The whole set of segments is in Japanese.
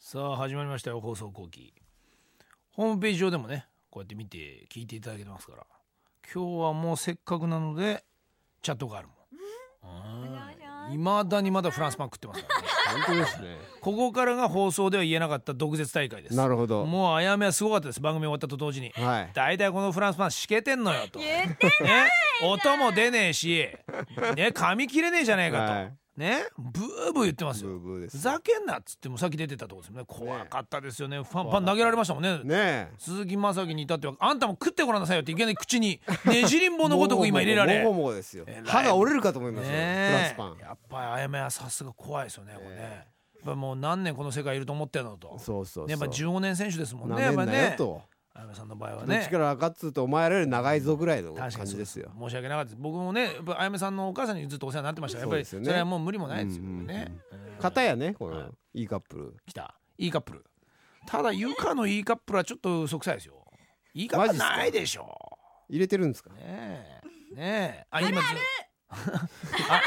さあ始まりましたよ放送後期ホームページ上でもねこうやって見て聞いていただけてますから今日はもうせっかくなのでチャットガールもいまだにまだフランスパン食ってますから ね本当ですね。ここからが放送では言えなかった毒舌大会ですなるほどもうあやめはすごかったです番組終わったと同時に、はい大体このフランスパンしけてんのよと言ってね、音も出ねえし、ね、髪切れねえじゃねえかと、はいねブーブー言ってますよブーブーですふざけんなっつってもさっき出てたとこですよね怖かったですよねパンパン投げられましたもんねねえ。鈴木雅樹に至ってはあんたも食ってごらんなさいよっていきなり口にねじりん棒のごとく今入れられもごもごですよえらい。歯が折れるかと思いますよ。フランねスえパン。やっぱりあやめはさすが怖いですよねこれね、やっぱもう何年この世界いると思ってんのとそうそうそうねやっぱ15年選手ですもんなねやっめぱんなよねと。あやめさんの場合はどっねちから赤っつうとお前らより長いぞぐらいの感確かにじそうですよ。申し訳なかったです僕もねやっぱあやめさんのお母さんにずっとお世話になってましたからやっぱりそそうですよねれはもう無理もないですよね、うん片やねこはいのいいカップル。来たいいカップルただゆかのいいカップルはちょっと嘘くさいですよいいカップルないでしょ入れてるんですか。ねえねえあ今ず あ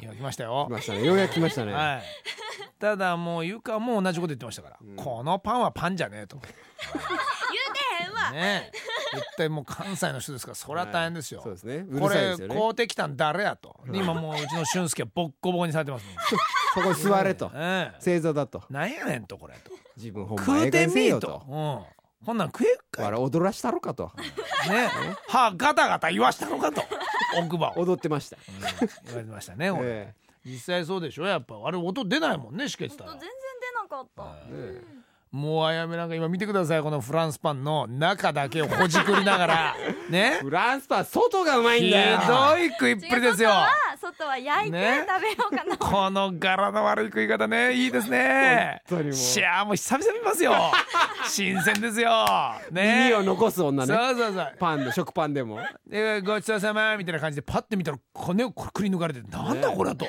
今来ましたよ来ましたね。ようやく来ましたね。はいただもうゆかも同じこと言ってましたから、このパンはパンじゃねえとへんわねえ絶対もう関西の人ですからそりゃ大変ですよ、そうですね。うるこさいでれすよね。買うてきたん誰やとで今もううちの俊介はボッコボコにされてますもんそこに座れと。ええ正座だと。なんやねんとこれと自分本食前うてみせーよとと。、うん、こんなん食えっかわら踊らしたろかと。いね歯ガタガタ言わしたのかと奥歯を踊ってました。言われてましたねこれえ実際そうでしょやっぱあれ音出ないもんねしけてた全ら然出なかったえねもうあやめなんか今見てくださいこのフランスパンの中だけをほじくりなが らねえフランスパン外がうまいんひだよ。どい食いっぷりですよ外は外は焼いてね食べようかなこの柄の悪い食い方ねいいですね本当にもうしゃあもう久々見ます よ新鮮ですよね耳を残す女ね。そうそうそうパンで食パンでも。でごちそうさまみたいな感じでパッて見たら骨をこれくり抜かれてなんだこれ と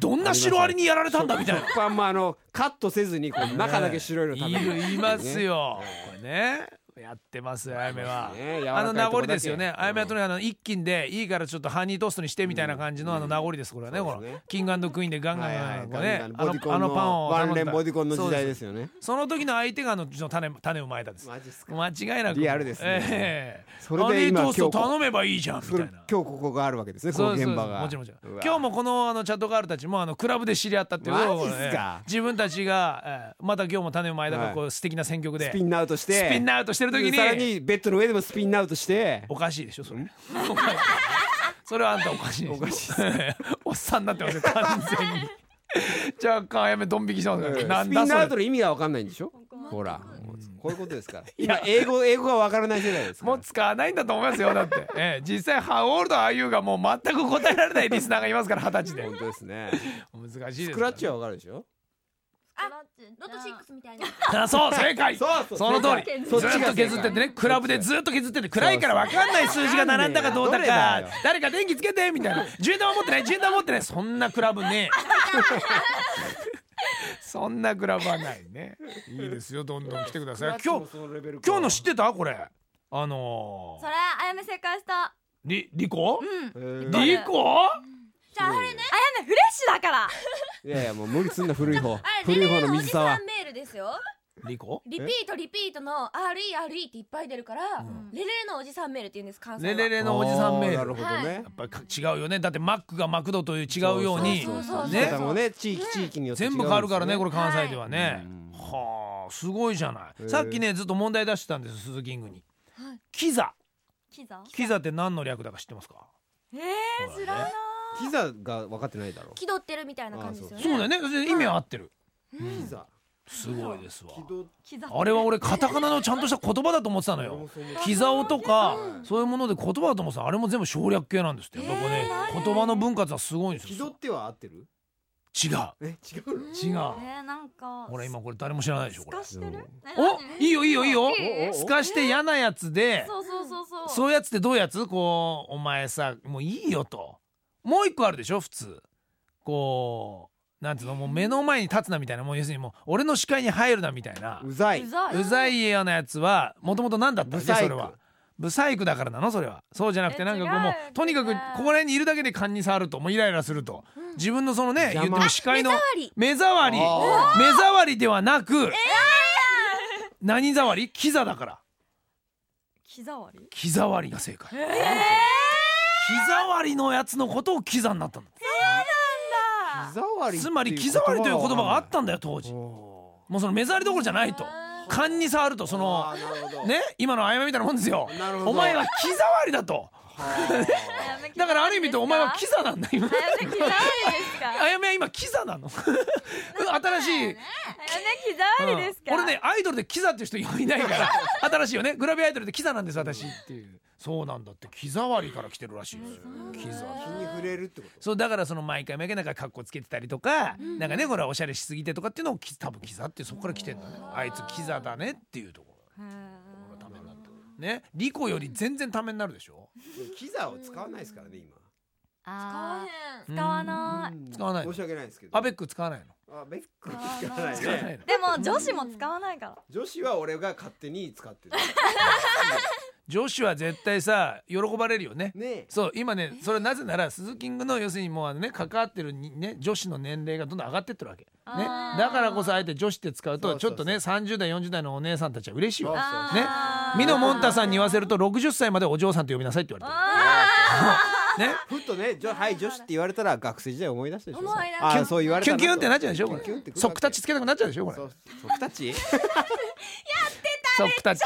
どんなシロアリにやられたんだみたいな食パンもあのカットせずにこう中だけ白いの食べる、いるいますねよこれねやってますあやめはね柔らかあいの名残ですよねとこだけあやめはとにかくあの一斤でいいからちょっとハニートーストにしてみたいな感じのあの名残ですこれはねうんこそうですのねキングクイーンでガンガンはいガはいンガガンンねあガンボディのコあンのパンのをワ頼んンだレンボディコンの時代ですよよねその時の相手があの種種をまいたんですマジっすか間違いなくリアルですねええそれで今ハニートースト今日こ頼めばいいじゃんみそたれい今な日ここがあるわけですねこのそう現そう場がもちろんもちろんうわ今日もこのあのチャットガールたちもあのクラブで知り合ったっていうマジっすかええ自分たちが、ええまた今日も種をまいたがはいこう素敵な選曲でスピンアウトしてスピンアウトしてる時にさらにベッドの上でもスピンアウトしておかしいでしょそれおかしい それはあんたおかしいでしょおかしい おっさんになってますよ完全 に若干あやめドン引きしてますから、うんなスんピンアだウトそれの意味が分かんないんでしょほらこういうことですから今英語英語が分からない世代ですかもらう使わないんだと思いますよだって、ええ実際ハオールドアユーがもう全く答えられないリスナーがいますから二十歳で 本当ですね難しいです、ね、スクラッチは分かるでしょロトシックスみたいな。あそう正 解そうそうその通りずそっっちが正解と削ってってねクラブでずっと削ってて暗いから分かんない数字が並んだかどうだそうそうなかんだよ誰か電気つけてみたいな充電は持ってない充電は持ってないそんなクラブ ねそんなクラブはないねいいですよどんどん来てください今日今日の知ってたこれあのそれあやめ正解したー、りリコうんのリコじゃああれねあやめフレッシュだからいやいやもう無理すんな古い方あれ、古いレ方ベルののお水じさ沢んメールですよ。リコリピートリピートの RERE っていっぱい出るから、レレのおじさんメールって言うんです、関西レは。レレレのおじさんメあーなるルほどはねやっぱりか違うよねだってマックがマクドという違うようにそうそうそうそうね方もね地域地域によって違う全んで部すよ変わるからねこれ関西ではねうんはあすごいじゃないーさっきねずっと問題出してたんです鈴木キングにキザキザキザって何の略だか知ってますかえほらー、ね知らないキザが分かってないだろ気取ってるみたいな感じですよね。そうだよねそれで意味は合ってるキザすごいですわキザあれは俺カタカナのちゃんとした言葉だと思ってたのよキザオとかそういうもので言葉だと思ってたあれも全部省略系なんですってやっぱこれね言葉の分割はすごいんです気取よっては合ってる違うえ違うの違うえー、なんかほら今これ誰も知らないでしょこれ透かしてるおいいよいいよいいよいいすかして嫌なやつでそうそうそうそうそういうやつってどういうやつこうお前さもういいよともう一個あるでしょ普通こうなんつうのもう目の前に立つなみたいなもう要するにもう俺の視界に入るなみたいなうざいうざいうざいようなやつはもともと何だったんブでサそれイクはブサイクだからなのそれはそうじゃなくてえなんかこうもう違うとにかくここら辺にいるだけで勘に触るともうイライラすると、自分のそのね言っ邪て魔も視界のり目障りあ目障りではなく、何障りキザだから気触りキザわりが正解、キザわりのやつのことをキザになったんだキザ割りつまりキザわりという言葉があったんだよ当時おもうその目障りどころじゃないと勘に触るとーそのあーなるほどね今のあやめみたいなもんですよなるほどお前はキザわりだと はだからある意味でお前はキザなんだ今あやめ気触りですかあやめは今キザな の新しい、あやめ気触りですかうん俺ねアイドルでキザっていう人いない から新しいよねグラビアアイドルでキザなんです私っていうそうなんだってキザわりから来てるらしいですよキザあ日に触れるってこそうだからその毎回毎回なんか格好つけてたりとか、なんかねこれはおしゃれしすぎてとかっていうのをき多分キザってそこから来てんだねあいつキザだねっていうところへがためになってるねリコより全然ためになるでしょとでもキザを使わないですからね今あへうんー使わなうん使わない申し訳ないですけどアベック使わないのあベック使わない使わなねいのいでも女子も使わないから女子は俺が勝手に使っ てる女子は絶対さ喜ばれるよねねそう今ねそれはなぜなら鈴キングの要するにもうあのね関わってるにね女子の年齢がどんどん上がってってるわけねあーだからこそあえて女子って使うそとうちそうょっとね30代40代のお姉さんたちは嬉しいそうわそうねあー美濃もんたさんに言わせると60歳までお嬢さんと呼びなさいって言われてるねふっとねじょはい女子って言われたら学生時代思い出すでしょ思い出すあーそう言われキュたンキュンってなっちちゃうでしょこキュンキュンっれてくるわけソックタッチつけたくなっちゃうでしょこれそソう僕たちックタッチ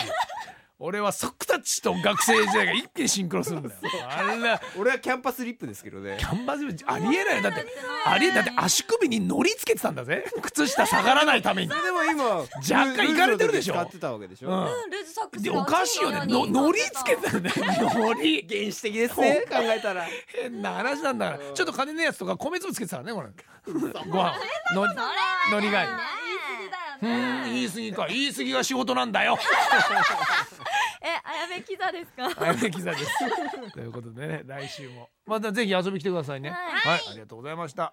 俺はソックタッチと学生時代が一気にシンクロするんだよあら俺はキャンパスリップですけどねキャンバスありえないよだってありえだって足首にのりつけてたんだぜ靴下下がらないためにそれでも今干ルールイカれてるでしょルールの時使ってたわけでしょ、うんうんルーズソックスでがおかしいよねののりつけてたんだよのり原始的ですね考えたら変な話なんだからちょっと金のやつとか米粒つけてたからねこれご飯のりのりがいいふーん言い過ぎか言い過ぎが仕事なんだよえあやめキザですかあやめきざ ですということでね来週もまたぜひ遊びに来てくださいねはい、ありがとうございました